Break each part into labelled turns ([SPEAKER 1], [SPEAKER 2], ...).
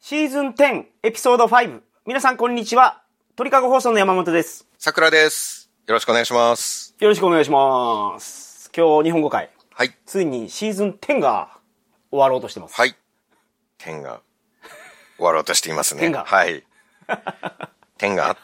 [SPEAKER 1] シーズン10エピソード5。皆さんこんにちは。鳥かご放送の山本です。
[SPEAKER 2] 桜です。よろしくお願いします。
[SPEAKER 1] よろしくお願いします。今日日本語会。
[SPEAKER 2] はい。
[SPEAKER 1] ついにシーズン10が終わろうとして ます。
[SPEAKER 2] はい。天が終わろうとしていますね。
[SPEAKER 1] 天が
[SPEAKER 2] はい。 天が、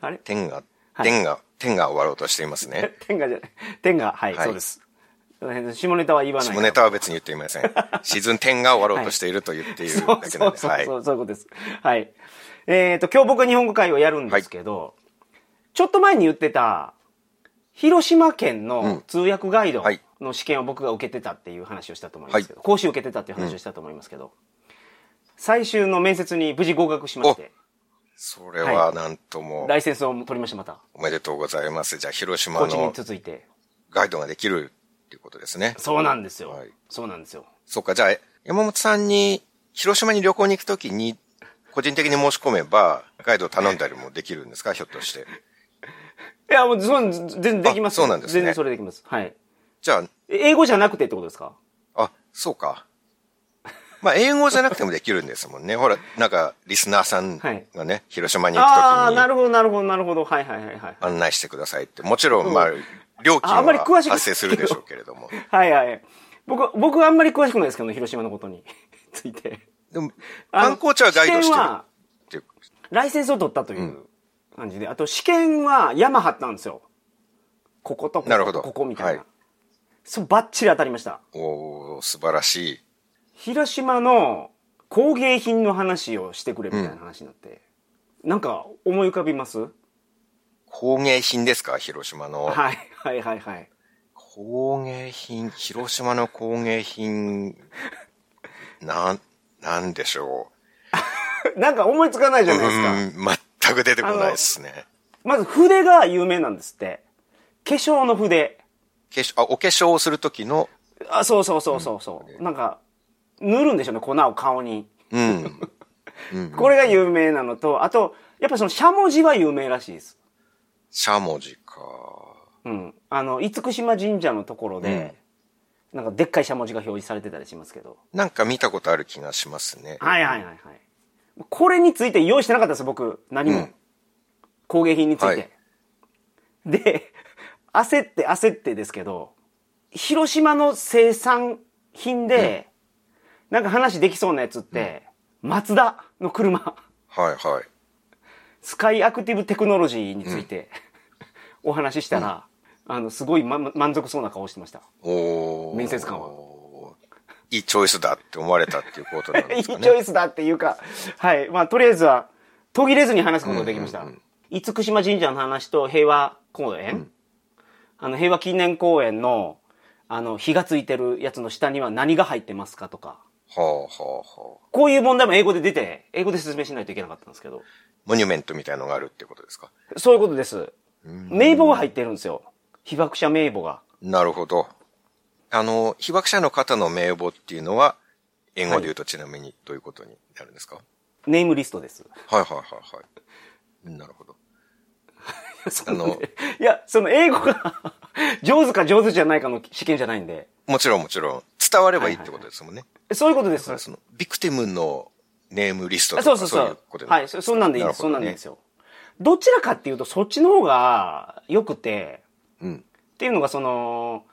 [SPEAKER 1] あれ
[SPEAKER 2] 天が、
[SPEAKER 1] い
[SPEAKER 2] 天が、天が終わろうとしていますね。
[SPEAKER 1] 天がじゃない。天が、はい、
[SPEAKER 2] はい
[SPEAKER 1] そうです。その辺の下ネタは言わない。
[SPEAKER 2] 下ネタは別に言っていません。シーズン10が終わろうとしていると言っている
[SPEAKER 1] そう
[SPEAKER 2] だけ
[SPEAKER 1] そ
[SPEAKER 2] なん
[SPEAKER 1] う
[SPEAKER 2] で、
[SPEAKER 1] そう
[SPEAKER 2] はい
[SPEAKER 1] そ。う、そういうことです。はい。えっ、と、今日僕は日本語会をやるんですけど、ちょっと前に言ってた、広島県の通訳ガイド
[SPEAKER 2] はい
[SPEAKER 1] の試験を僕が受けてたっていう話をしたと思いますけど、講習受けてたっていう話をしたと思いますけど、最終の面接に無事合格しまして、
[SPEAKER 2] それはなんとも、
[SPEAKER 1] ライセンスを取りました、また。
[SPEAKER 2] おめでとうございます。じゃあ、広島
[SPEAKER 1] 高知に
[SPEAKER 2] の
[SPEAKER 1] 続いて。
[SPEAKER 2] ガイドができるっていうことですね。
[SPEAKER 1] そうなんですよ。
[SPEAKER 2] はい
[SPEAKER 1] そうなんですよ。
[SPEAKER 2] そうか、じゃあ、山本さんに、広島に旅行に行くときに、個人的に申し込めば、ガイド頼んだりもできるんですかひょっとして。
[SPEAKER 1] いや、もう、そう全然できますよ
[SPEAKER 2] あそうなんですね
[SPEAKER 1] 全然それできます。はい。
[SPEAKER 2] じゃ
[SPEAKER 1] え英語じゃなくてってことですか
[SPEAKER 2] あ、あ、そうか。まあ、英語じゃなくてもできるんですもんね。ほら、なんか、リスナーさんがね、広島に行
[SPEAKER 1] ああー、
[SPEAKER 2] く
[SPEAKER 1] な
[SPEAKER 2] と
[SPEAKER 1] るほど、なるほど、なるほど。はいはいはいはい。
[SPEAKER 2] きに案内してくださいって。もちろん、まあ、料金
[SPEAKER 1] ああんまり詳
[SPEAKER 2] は
[SPEAKER 1] しくない
[SPEAKER 2] 発生するでしょうけれども。
[SPEAKER 1] はいはい。僕、僕はあんまり詳しくないですけどね、広島のことに ついて。
[SPEAKER 2] でも、
[SPEAKER 1] あの
[SPEAKER 2] 観光地はガイドし
[SPEAKER 1] 試験
[SPEAKER 2] てる
[SPEAKER 1] は
[SPEAKER 2] っていう。
[SPEAKER 1] ライセンスを取ったという感じで、あと試験は山張ったんですよ。こことこ
[SPEAKER 2] なる
[SPEAKER 1] こ
[SPEAKER 2] ほ
[SPEAKER 1] と
[SPEAKER 2] ど
[SPEAKER 1] ここみたいな。
[SPEAKER 2] はい
[SPEAKER 1] そう、バッチリ当たりました。
[SPEAKER 2] おー、素晴らしい。
[SPEAKER 1] 広島の工芸品の話をしてくれみたいな話になって。なんか思い浮かびます
[SPEAKER 2] 工芸品ですか広島の。
[SPEAKER 1] はいはいはいはい。
[SPEAKER 2] 工芸品、広島の工芸品、なん、なんでしょ
[SPEAKER 1] なんか思いつかないじゃ
[SPEAKER 2] う。
[SPEAKER 1] ないですか。
[SPEAKER 2] うーん、全く出てこないですね。
[SPEAKER 1] まず筆が有名なんですって。化粧の筆。
[SPEAKER 2] 化粧、あ、お化粧をする時の、
[SPEAKER 1] あ、そうそうそうそうそう。なんか、塗るんでしょうね、粉を顔に。
[SPEAKER 2] うん。
[SPEAKER 1] これが有名なのと、あと、やっぱりその、しゃもじは有名らしいです。
[SPEAKER 2] しゃもじか。
[SPEAKER 1] うん。あの、厳島神社のところで、なんかでっかいしゃもじが表示されてたりしますけど。
[SPEAKER 2] なんか見たことある気がしますね。
[SPEAKER 1] はいはいはいはい。これについて用意してなかったです、僕。何も。
[SPEAKER 2] うん
[SPEAKER 1] 工芸品について。
[SPEAKER 2] はい
[SPEAKER 1] で、焦って焦ってですけど、広島の生産品で、なんか話できそうなやつって、マツダの車、
[SPEAKER 2] はいはい。
[SPEAKER 1] スカイアクティブテクノロジーについて、 お話ししたら、あの、すごい、ま、満足そうな顔してました。
[SPEAKER 2] おー
[SPEAKER 1] 面接官は。
[SPEAKER 2] いいチョイスだって思われたっていうことなん
[SPEAKER 1] い
[SPEAKER 2] で
[SPEAKER 1] い
[SPEAKER 2] す
[SPEAKER 1] チ
[SPEAKER 2] か ね。
[SPEAKER 1] ョイスだっていうか、はい。まあ、とりあえずは、途切れずに話すことができました。厳島神社の話と平和公園、あの、平和記念公園の、あの、火がついてるやつの下には何が入ってますかとか、
[SPEAKER 2] はあはあはあ。
[SPEAKER 1] こういう問題も英語で出て、英語で説明しないといけなかったんですけど、
[SPEAKER 2] モニュメントみたいのがあるってことですか。
[SPEAKER 1] そういうことです。名簿が入ってるんですよ。被爆者名簿が。
[SPEAKER 2] なるほど。あの、被爆者の方の名簿っていうのは、英語で言うとちなみにどういうことになるんですか、
[SPEAKER 1] ネームリストです。
[SPEAKER 2] はい、はいはいはいはいなるほど。
[SPEAKER 1] そんなん
[SPEAKER 2] あの
[SPEAKER 1] で いや、その英語が 上手か上手じゃないかの試験じゃないんで、
[SPEAKER 2] もちろんもちろん、伝わればいいってことですもんね。
[SPEAKER 1] そういうことです。
[SPEAKER 2] その、ビクティムのネームリスト
[SPEAKER 1] あ
[SPEAKER 2] と
[SPEAKER 1] そうそ
[SPEAKER 2] か
[SPEAKER 1] う
[SPEAKER 2] そ
[SPEAKER 1] そう
[SPEAKER 2] いう
[SPEAKER 1] う
[SPEAKER 2] こと。
[SPEAKER 1] はい、そそんなんでいいです、そんなんでいいですよ。どちらかっていうと、そっちの方が良くて、
[SPEAKER 2] うん。
[SPEAKER 1] っていうのがその、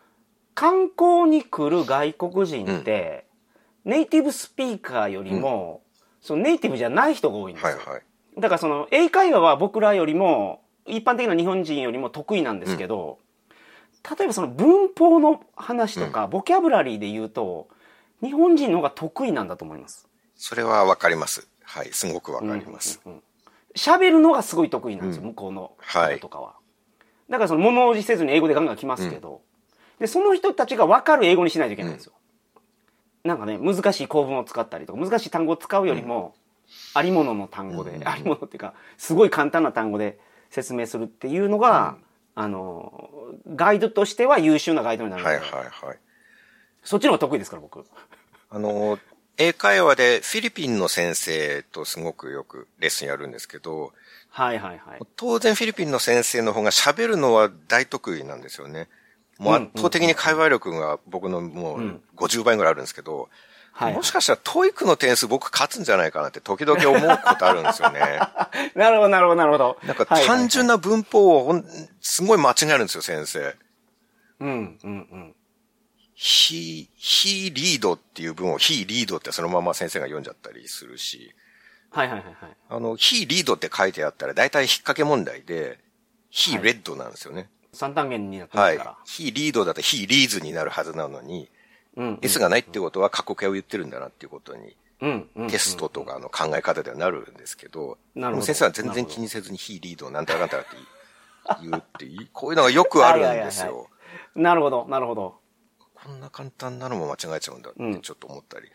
[SPEAKER 1] 観光に来る外国人って、ネイティブスピーカーよりも、そのネイティブじゃない人が多いんですよ。
[SPEAKER 2] はいはい。
[SPEAKER 1] だからその英会話は僕らよりも一般的な日本人よりも得意なんですけど、例えばその文法の話とか、ボキャブラリーで言うと日本人の方が得意なんだと思います。
[SPEAKER 2] それはわかります。はい、すごくわかります。
[SPEAKER 1] うんうんうん喋るのがすごい得意なんですよ、
[SPEAKER 2] うん
[SPEAKER 1] 向こうの
[SPEAKER 2] はい
[SPEAKER 1] 人とかは、だからその物おじせずに英語でガンガン来ますけど、でその人たちが分かる英語にしないといけないんですよ、なんかね難しい構文を使ったりとか難しい単語を使うよりも、ありものの単語で、
[SPEAKER 2] うん
[SPEAKER 1] ありものっていうかすごい簡単な単語で説明するっていうのが、あのガイドとしては優秀なガイドになるの
[SPEAKER 2] は
[SPEAKER 1] で、
[SPEAKER 2] いはいはい。
[SPEAKER 1] そっちの方が得意ですから僕
[SPEAKER 2] あの、英会話でフィリピンの先生とすごくよくレッスンやるんですけど、
[SPEAKER 1] はいはいはい
[SPEAKER 2] 当然フィリピンの先生の方が喋るのは大得意なんですよね。もう圧倒的に会話力が僕のもう50倍ぐらいあるんですけど、
[SPEAKER 1] はい。
[SPEAKER 2] もしかしたらトイックの点数僕勝つんじゃないかなって時々思うことあるんですよ ね。
[SPEAKER 1] なるほど、なるほど、なるほど。
[SPEAKER 2] なんか
[SPEAKER 1] はいはい
[SPEAKER 2] 単純な文法をほん、すごい間違えるんですよ、先生。
[SPEAKER 1] うん、うん、うん。
[SPEAKER 2] ひ、ひリードっていう文をひリードってそのまま先生が読んじゃったりするし、
[SPEAKER 1] はいはいはいはい。
[SPEAKER 2] あの、ひリードって書いてあったら大体引っ掛け問題で、ひレッドなんですよね。
[SPEAKER 1] 三単元になってま
[SPEAKER 2] は
[SPEAKER 1] す
[SPEAKER 2] い
[SPEAKER 1] から。。
[SPEAKER 2] ひリードだとひリーズになるはずなのに、
[SPEAKER 1] うん、うん。
[SPEAKER 2] S がないってことは過去形を言ってるんだなっていうことに、
[SPEAKER 1] うん、うん。
[SPEAKER 2] テストとかの考え方ではなるんですけど、
[SPEAKER 1] なるほど
[SPEAKER 2] でも先生は全然気にせずに非リードなんたらなんたらって言う言うっていう、こういうのがよくあるんです
[SPEAKER 1] はいはいはい
[SPEAKER 2] よ。
[SPEAKER 1] なるほど、なるほど。
[SPEAKER 2] こんな簡単なのも間違えちゃうんだってちょっと思ったり。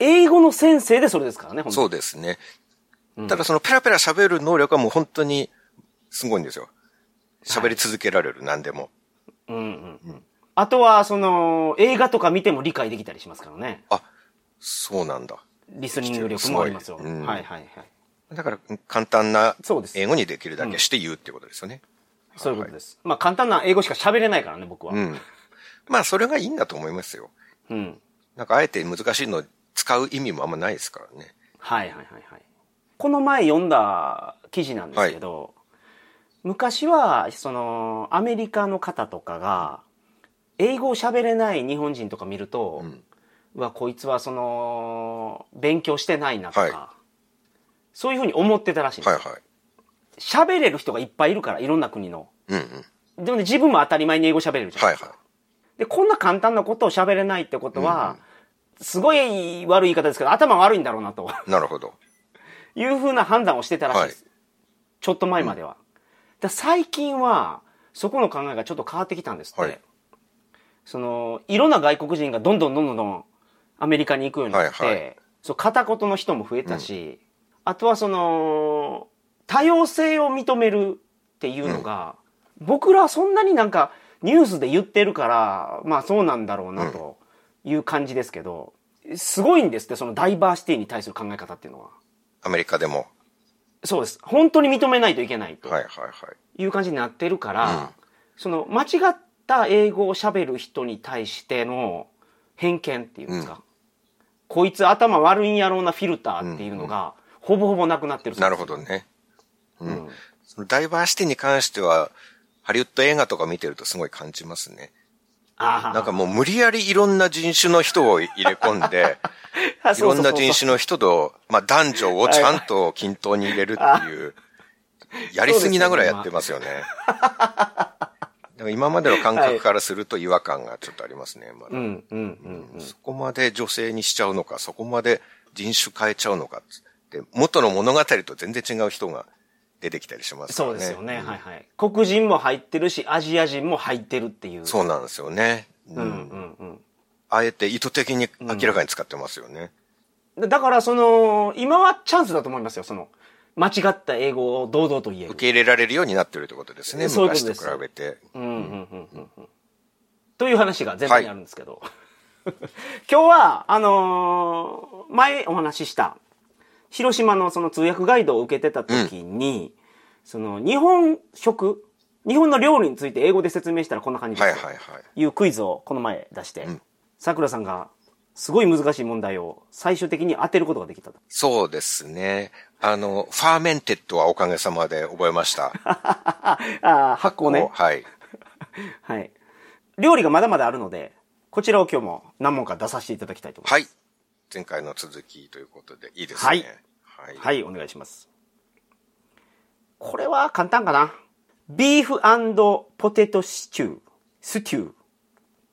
[SPEAKER 1] 英語の先生でそれですからね、本当に
[SPEAKER 2] そうですね。ただそのペラペラ喋る能力はもう本当にすごいんですよ。喋り続けられる、何でも。
[SPEAKER 1] うんうんうん。あとは、その、映画とか見ても理解できたりしますからね。
[SPEAKER 2] あ、そうなんだ。
[SPEAKER 1] リスニング力もありますよ。
[SPEAKER 2] すごいうん
[SPEAKER 1] はいはいはい。
[SPEAKER 2] だから簡単な
[SPEAKER 1] そうです
[SPEAKER 2] 英語にできるだけして言うってことですよね。
[SPEAKER 1] そういうことです。まあ簡単な英語しか喋れないからね、僕は。
[SPEAKER 2] うん。まあそれがいいんだと思いますよ。
[SPEAKER 1] うん。
[SPEAKER 2] なんかあえて難しいの使う意味もあんまないですからね。
[SPEAKER 1] はいはいはいはい。この前読んだ記事なんですけど、昔は、その、アメリカの方とかが、英語を喋れない日本人とか見ると、
[SPEAKER 2] ん
[SPEAKER 1] うわ、こいつはその、勉強してないなとか、
[SPEAKER 2] は
[SPEAKER 1] そういうふうに思ってたらしいんです
[SPEAKER 2] はい
[SPEAKER 1] よ
[SPEAKER 2] はい。
[SPEAKER 1] 喋、れる人がいっぱいいるから、いろんな国の。
[SPEAKER 2] うんうん。
[SPEAKER 1] でもね、自分も当たり前に英語喋れるじゃん。
[SPEAKER 2] はいはい。
[SPEAKER 1] で、こんな簡単なことを喋れないってことは、すごい悪い言い方ですけど、頭悪いんだろうなと
[SPEAKER 2] なるほど。
[SPEAKER 1] いうふうな判断をしてたらしいです。ちょっと前までは。だ最近は、そこの考えがちょっと変わってきたんですって。
[SPEAKER 2] はい
[SPEAKER 1] その、いろんな外国人がどんどんどんどんどんアメリカに行くようになって、
[SPEAKER 2] はいは
[SPEAKER 1] そう片言の人も増えたし、あとはその、多様性を認めるっていうのが、僕らはそんなになんかニュースで言ってるから、まあそうなんだろうなという感じですけど、すごいんですって、そのダイバーシティに対する考え方っていうのは。
[SPEAKER 2] アメリカでも。
[SPEAKER 1] そうです。本当に認めないといけないと
[SPEAKER 2] はいはいはい。
[SPEAKER 1] いう感じになってるから、
[SPEAKER 2] うん
[SPEAKER 1] その間違った英語を喋る人に対しての偏見っていうんですか、こいつ頭悪いんやろうなフィルターっていうのが、ほぼほぼなくなってるそうです
[SPEAKER 2] なるほどね。
[SPEAKER 1] うん
[SPEAKER 2] そのダイバーシティに関しては、ハリウッド映画とか見てるとすごい感じますね。
[SPEAKER 1] ああ
[SPEAKER 2] なんかもう無理やりいろんな人種の人を入れ込んで、 いろんな人種の人と、まあ男女をちゃんと均等に入れるっていう、やりすぎなぐらいやってますよね。 だから今までの感覚からすると違和感がちょっとありますね。まだ
[SPEAKER 1] うんうんうんうん
[SPEAKER 2] そこまで女性にしちゃうのか、そこまで人種変えちゃうのかって、元の物語と全然違う人が出てきたりしますから
[SPEAKER 1] そ
[SPEAKER 2] ね。
[SPEAKER 1] うですよね、はいはい黒人も入ってるしアジア人も入ってるっていう
[SPEAKER 2] そうなんですよね。う
[SPEAKER 1] うんんうんうん
[SPEAKER 2] あえて意図的に明らかに使ってますよね。
[SPEAKER 1] だだからその今はチャンスだと思いますよその間違った英語を堂々と言える
[SPEAKER 2] 受け入れられるようになってるってことですね。
[SPEAKER 1] そういうこと
[SPEAKER 2] 昔と
[SPEAKER 1] です
[SPEAKER 2] 比べて。
[SPEAKER 1] うんうんうんうんうんという話が全部にあるんですけど、 今日はあのー前お話しした広島のその通訳ガイドを受けてた時に、その日本食日本の料理について英語で説明したらこんな感じで
[SPEAKER 2] はい
[SPEAKER 1] す
[SPEAKER 2] はい
[SPEAKER 1] と
[SPEAKER 2] はい。
[SPEAKER 1] いうクイズをこの前出して
[SPEAKER 2] ん
[SPEAKER 1] さくらさんがすごい難しい問題を最終的に当てることができたと。
[SPEAKER 2] そうですね。あの、ファーメンテッドはおかげさまで覚え ました。
[SPEAKER 1] ああ発酵ね
[SPEAKER 2] こうはい。
[SPEAKER 1] はい。料理がまだまだあるので、こちらを今日も何問か出させていただきたいと思います。
[SPEAKER 2] はい。前回の続きということで、いいですね。
[SPEAKER 1] はい
[SPEAKER 2] はい。
[SPEAKER 1] はい、お願いします。これは簡単かな。ビーフポテトシチュー。スチュー。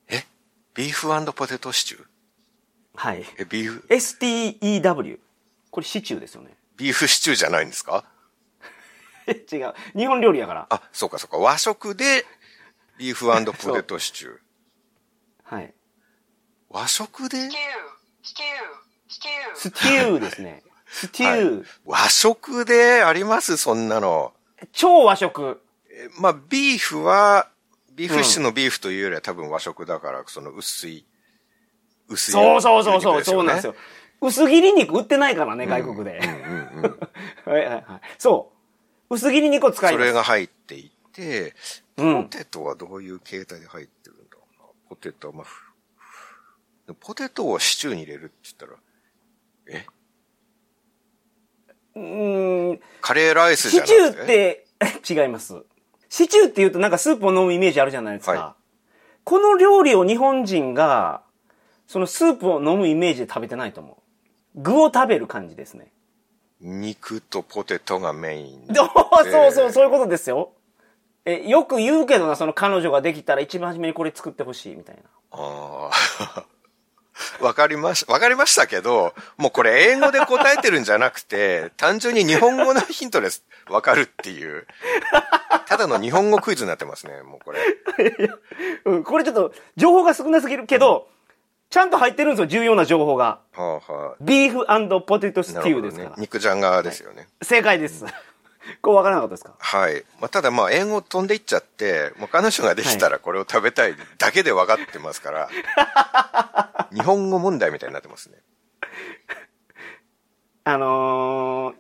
[SPEAKER 2] えビーフポテトシチュー
[SPEAKER 1] はい。
[SPEAKER 2] え、ビーフ、
[SPEAKER 1] STEW。これシチューですよね。
[SPEAKER 2] ビーフシチューじゃないんですか
[SPEAKER 1] え違う。日本料理やから。
[SPEAKER 2] あ、そうかそうか。和食で、ビーフポテト シチュー。
[SPEAKER 1] はい。
[SPEAKER 2] 和食で
[SPEAKER 3] Stew, stew, stew.
[SPEAKER 1] スチューですね。スチュー。
[SPEAKER 2] 和食でありますそんなの。
[SPEAKER 1] 超和食。
[SPEAKER 2] えまあ、ビーフは、ビーフシチューのビーフというよりは多分和食だから、その薄い、薄い。
[SPEAKER 1] そうそうそうそう、
[SPEAKER 2] 牛肉
[SPEAKER 1] そうなんです
[SPEAKER 2] よ
[SPEAKER 1] よ
[SPEAKER 2] ね。。
[SPEAKER 1] 薄切り肉売ってないからね、外国で。はいはいはい。そう。薄切り肉を使い
[SPEAKER 2] そ
[SPEAKER 1] ます。
[SPEAKER 2] れが入っていて、
[SPEAKER 1] う
[SPEAKER 2] ポ
[SPEAKER 1] ん。
[SPEAKER 2] テトはどういう形態で入ってるんだろうな。ポテトは、まあ、ふポテトをシチューに入れるって言ったら、え
[SPEAKER 1] うーん、
[SPEAKER 2] カレーライスじゃ
[SPEAKER 1] シ
[SPEAKER 2] な
[SPEAKER 1] チュ
[SPEAKER 2] く
[SPEAKER 1] ーってて、違います。シチューって言うとなんかスープを飲むイメージあるじゃないですか。
[SPEAKER 2] は
[SPEAKER 1] この料理を日本人が、そのスープを飲むイメージで食べてないと思う。具を食べる感じですね。
[SPEAKER 2] 肉とポテトがメイン。
[SPEAKER 1] どう そうそう、そういうことですよ。え、よく言うけどな、その彼女ができたら一番初めにこれ作ってほしいみたいな。
[SPEAKER 2] ああ。 わかりました、わかりましたけど、もうこれ英語で答えてるんじゃなくて、単純に日本語のヒントです。わかるっていう。ただの日本語クイズになってますね、もうこれ。
[SPEAKER 1] うん、これちょっと、情報が少なすぎるけど、ちゃんと入ってるんですよ、重要な情報が。
[SPEAKER 2] はあは
[SPEAKER 1] ビーフポテト
[SPEAKER 2] あ。
[SPEAKER 1] ス
[SPEAKER 2] な
[SPEAKER 1] ティ
[SPEAKER 2] る
[SPEAKER 1] ー
[SPEAKER 2] ほ
[SPEAKER 1] で
[SPEAKER 2] ど
[SPEAKER 1] す
[SPEAKER 2] ね
[SPEAKER 1] から。。
[SPEAKER 2] 肉じゃがですよね。
[SPEAKER 1] 正解です。こう分からなかったですか
[SPEAKER 2] はい。まあ、ただまあ、英語飛んでいっちゃって、もう彼女ができたらこれを食べたいだけで分かってますか ら、日本語問題みたいになってますね。
[SPEAKER 1] あのー、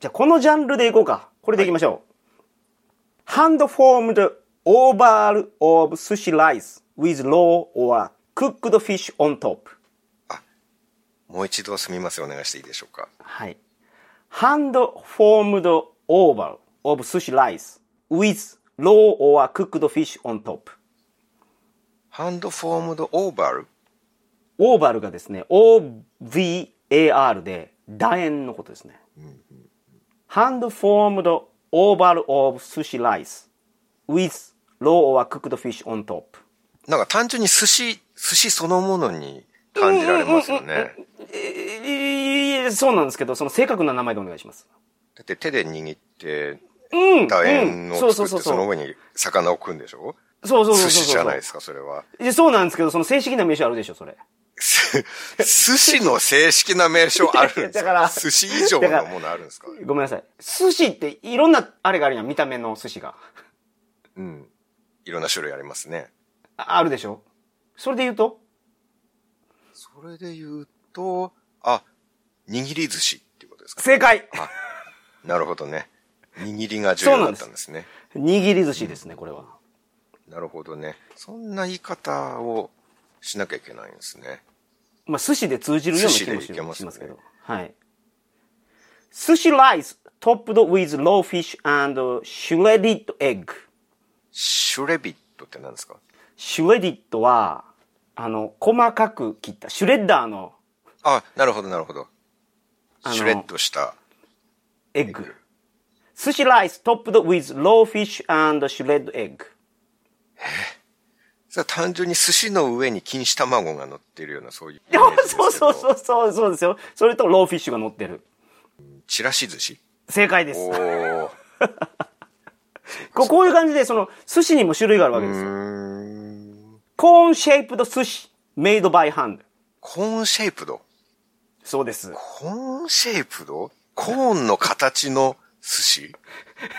[SPEAKER 1] じゃあこのジャンルでいこうか。これでいきましょう。ハンドフォームドオーバールオブ寿司ライス with raw or cooked fish on top。
[SPEAKER 2] もう一度すみません、お願いしていいでしょうか。
[SPEAKER 1] はい。ハンドフォームドオーバルオブ寿司ライス with raw or cooked fish on top。
[SPEAKER 2] ハンドフォームドオーバル
[SPEAKER 1] オーバルがですね、OVAR で楕円のことですね。ハンドフォームドオーバルオブ寿司ライス with raw or cooked fish on top。
[SPEAKER 2] なんか単純に寿司、寿司そのものに感じられますよね。
[SPEAKER 1] えーそうなんですけど、その正確な名前でお願いします。
[SPEAKER 2] だって手で握って、
[SPEAKER 1] うん。
[SPEAKER 2] 楕
[SPEAKER 1] う
[SPEAKER 2] 円
[SPEAKER 1] ん
[SPEAKER 2] を
[SPEAKER 1] そうそう
[SPEAKER 2] 作
[SPEAKER 1] そ
[SPEAKER 2] っ
[SPEAKER 1] う
[SPEAKER 2] て
[SPEAKER 1] そう
[SPEAKER 2] その上に魚を食うんでしょ
[SPEAKER 1] そうそうそうそう。
[SPEAKER 2] 寿司じゃないですか、それは。
[SPEAKER 1] えそうなんですけど、その正式な名称あるでしょ、それ。
[SPEAKER 2] す寿司の正式な名称あるんです
[SPEAKER 1] だから
[SPEAKER 2] か寿司以上のものあるんですか
[SPEAKER 1] ごめんなさい。寿司っていろんな、あれがあるやん、見た目の寿司が。
[SPEAKER 2] うん。いろんな種類ありますね。
[SPEAKER 1] ああるでしょそれで言うと
[SPEAKER 2] それで言うと、あ、握り寿司っていうことですか
[SPEAKER 1] 正解
[SPEAKER 2] なるほどね。握りが重要だったんですね。
[SPEAKER 1] 握り寿司ですね、これは。
[SPEAKER 2] なるほどね。そんな言い方をしなきゃいけないんですね。
[SPEAKER 1] まあ、寿司で通じるような気も
[SPEAKER 2] 寿司
[SPEAKER 1] し
[SPEAKER 2] でいけま
[SPEAKER 1] ます
[SPEAKER 2] ね
[SPEAKER 1] すけど。はい。寿司ライス、トップド with raw fish and shredded egg。
[SPEAKER 2] シュレビットって何ですか
[SPEAKER 1] シュレディットは、あの、細かく切った、シュレッダーの
[SPEAKER 2] あ、なるほど、なるほど。
[SPEAKER 1] あの
[SPEAKER 2] シュレッドした。
[SPEAKER 1] エッグ。寿司ライス、トップド with raw fish and shredded egg。
[SPEAKER 2] それは単純に寿司の上に錦糸卵が乗ってるような、そういうイメージですけ
[SPEAKER 1] そ
[SPEAKER 2] ど。
[SPEAKER 1] う そうそうそう、そうですよ。それとローフィッシュが乗ってる。
[SPEAKER 2] ちらし寿司。
[SPEAKER 1] 正解で
[SPEAKER 2] お
[SPEAKER 1] す。
[SPEAKER 2] ー。
[SPEAKER 1] こうこういう感じで、その、寿司にも種類があるわけです
[SPEAKER 2] う
[SPEAKER 1] よ。
[SPEAKER 2] ーん。
[SPEAKER 1] コーンシェイプド寿司、メイドバイハンド。
[SPEAKER 2] コーンシェイプド。
[SPEAKER 1] そうです。
[SPEAKER 2] コーンシェイプドコーンの形の寿司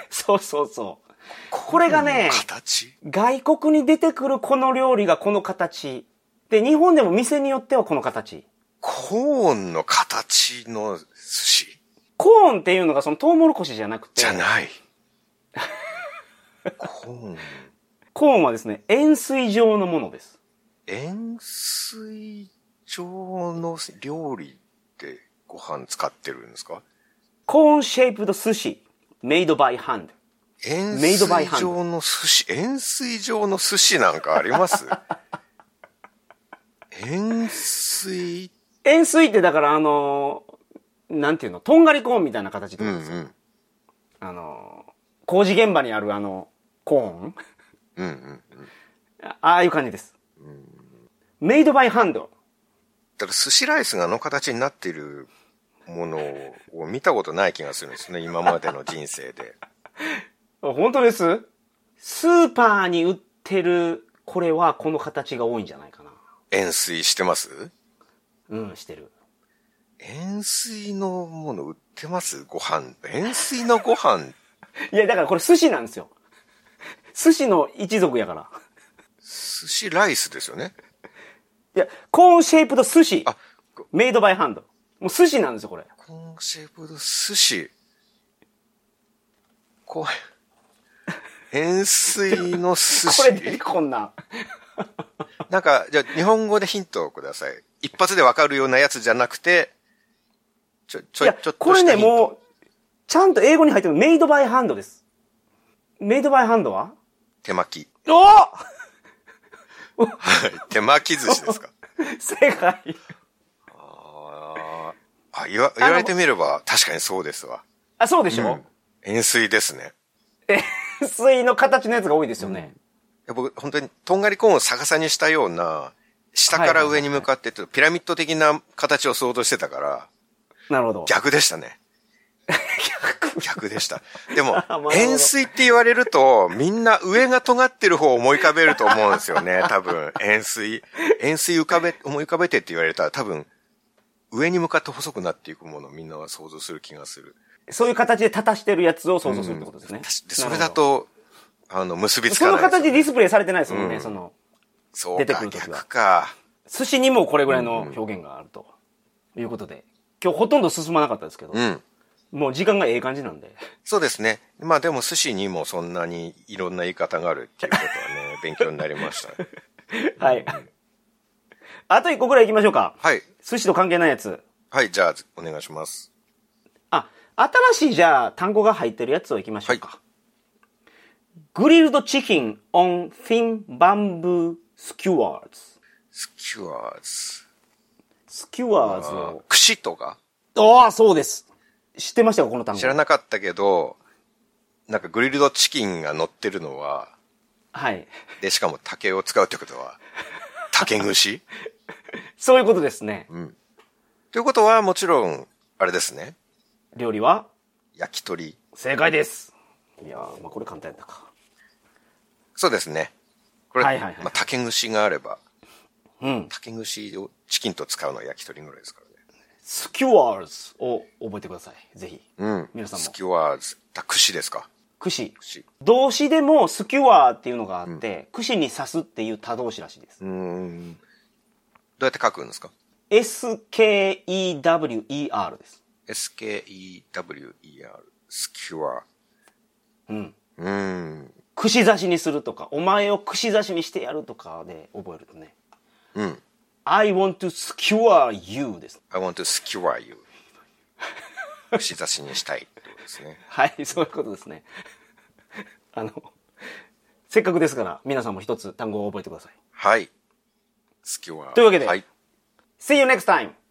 [SPEAKER 1] そうそうそう。これがね
[SPEAKER 2] コーンの形
[SPEAKER 1] 外国に出てくるこの料理がこの形。で、日本でも店によってはこの形。
[SPEAKER 2] コーンの形の寿司
[SPEAKER 1] コーンっていうのがそのトウモロコシじゃなくて
[SPEAKER 2] じ、ゃない。コーン。
[SPEAKER 1] コーンはですね、円錐状のものです。
[SPEAKER 2] 塩水状の料理ってご飯使ってるんですか
[SPEAKER 1] コーンシェイプド寿司、メイドバイハンド。
[SPEAKER 2] 塩
[SPEAKER 1] メイ
[SPEAKER 2] 水
[SPEAKER 1] ドバイハンド
[SPEAKER 2] 状の寿司、塩水状の寿司なんかあります 塩水、
[SPEAKER 1] 円錐ってだからあのーなんていうの、とんがりコーンみたいな形で、
[SPEAKER 2] うんうん、
[SPEAKER 1] あのー工事現場にあるあの、コーン
[SPEAKER 2] うんうん。
[SPEAKER 1] あああいう感じです。メイドバイハンド。
[SPEAKER 2] だから寿司ライスがあの形になっているものを見たことない気がするんですね、今までの人 生で。
[SPEAKER 1] あ本当ですスーパーに売ってる、これはこの形が多いんじゃないかな。
[SPEAKER 2] 塩水してます
[SPEAKER 1] うん、してる。
[SPEAKER 2] 塩水のもの売ってますご飯。塩水のご飯、
[SPEAKER 1] いや、だからこれ寿司なんですよ。寿司の一族やから。
[SPEAKER 2] 寿司ライスですよね。
[SPEAKER 1] いや、コーンシェイプと寿司。
[SPEAKER 2] あ、こ
[SPEAKER 1] メイドバイハンド。もう寿司なんですよ、これ。
[SPEAKER 2] コンシェイプド寿司。こう、塩水の寿
[SPEAKER 1] これ出て
[SPEAKER 2] 司
[SPEAKER 1] こんな。
[SPEAKER 2] なんか、じゃあ日本語でヒントをください。一発でわかるようなやつじゃなくて、ちょ、ちょ、
[SPEAKER 1] い
[SPEAKER 2] ちょ
[SPEAKER 1] や
[SPEAKER 2] っとしたヒント。
[SPEAKER 1] これね、もう、ちゃんと英語に入ってるメイドバイハンドです。メイドバイハンドは
[SPEAKER 2] 手巻き。
[SPEAKER 1] おー
[SPEAKER 2] はい 手巻き寿司ですか。
[SPEAKER 1] 正解。
[SPEAKER 2] あーあ、言わ、言われてみれば確かにそうですわ。
[SPEAKER 1] あ、そうでしょ、
[SPEAKER 2] 円錐ですね。
[SPEAKER 1] 水の形のやつが多いですよね。
[SPEAKER 2] いや僕、本当に、とんがりコーンを逆さにしたような、下から上に向かって、ちょっとピラミッド的な形を想像してたから、
[SPEAKER 1] なるほど。
[SPEAKER 2] 逆でし たね。逆逆でした。でも
[SPEAKER 1] あなるほ、ど
[SPEAKER 2] 円錐って言われると、みんな上が尖ってる方を思い浮かべると思うんです よね。多分、円錐。円錐浮かべ、思い浮かべてって言われたら、多分、上に向かって細くなっていくものをみんなは想像する気がする。
[SPEAKER 1] そういう形で立たしてるやつを想像するってことですね。
[SPEAKER 2] でそれだと、あの、結びつ
[SPEAKER 1] その
[SPEAKER 2] かないですよ
[SPEAKER 1] 形
[SPEAKER 2] ね。
[SPEAKER 1] ディスプレイされてないですもんね、その。
[SPEAKER 2] そう
[SPEAKER 1] 出て
[SPEAKER 2] か
[SPEAKER 1] く、る時は
[SPEAKER 2] 逆か。
[SPEAKER 1] 寿司にもこれぐらいの表現があると。いうことで。今日ほとんど進まなかったですけど、
[SPEAKER 2] うん。
[SPEAKER 1] もう時間がええ感じなんで。
[SPEAKER 2] そうですね。まあでも寿司にもそんなにいろんな言い方があるっていうことは ね、勉強になりました。
[SPEAKER 1] はい。あと一個ぐらい行きましょうか。
[SPEAKER 2] はい。
[SPEAKER 1] 寿司と関係ないやつ。
[SPEAKER 2] はい、じゃあお願いします。
[SPEAKER 1] あ、新しいじゃあ単語が入ってるやつを行きましょうか。
[SPEAKER 2] は
[SPEAKER 1] グリルドチキン on thin bamboo skewers.
[SPEAKER 2] スキュアーズ。
[SPEAKER 1] skewers
[SPEAKER 2] あー
[SPEAKER 1] を。
[SPEAKER 2] 串とか
[SPEAKER 1] ああ、そうです。知ってましたかこの単語。
[SPEAKER 2] 知らなかったけど、なんかグリルドチキンが乗ってるのは、
[SPEAKER 1] はい。
[SPEAKER 2] で、しかも竹を使うってことは、竹串
[SPEAKER 1] そういうことですね。
[SPEAKER 2] ということはもちろん、あれですね。
[SPEAKER 1] 料理は
[SPEAKER 2] 焼き鳥。
[SPEAKER 1] 正解です。いやー、まあこれ簡単だか。
[SPEAKER 2] そうですね。これ、
[SPEAKER 1] はいはいはい
[SPEAKER 2] まあ竹串があれば、
[SPEAKER 1] うん。
[SPEAKER 2] 竹串をチキンと使うのは焼き鳥ぐらいですからね。
[SPEAKER 1] スキュワーズを覚えてください。ぜひ。
[SPEAKER 2] うん。
[SPEAKER 1] 皆さんも
[SPEAKER 2] スキュワーズ。あ串ですか
[SPEAKER 1] 串。
[SPEAKER 2] 串。
[SPEAKER 1] 動詞でもスキュワーっていうのがあって、串に刺すっていう他動詞らしいです。
[SPEAKER 2] うーん。どうやって書くんですか
[SPEAKER 1] S-K-E-W-E-R です。
[SPEAKER 2] ?S-K-E-W-E-R。スキュワ
[SPEAKER 1] うん。
[SPEAKER 2] ー。うーん。
[SPEAKER 1] 串刺しにするとか、お前を串刺しにしてやるとかで覚えるとね。
[SPEAKER 2] うん。
[SPEAKER 1] I want to secure you です。
[SPEAKER 2] I want to skewer you. 串刺しにしたいってことですね。
[SPEAKER 1] はい、 そういうことですね。あの、せっかくですから、皆さんも一つ単語を覚えてください。
[SPEAKER 2] はい。スキュワー。
[SPEAKER 1] というわけで
[SPEAKER 2] はい。
[SPEAKER 1] See you next time!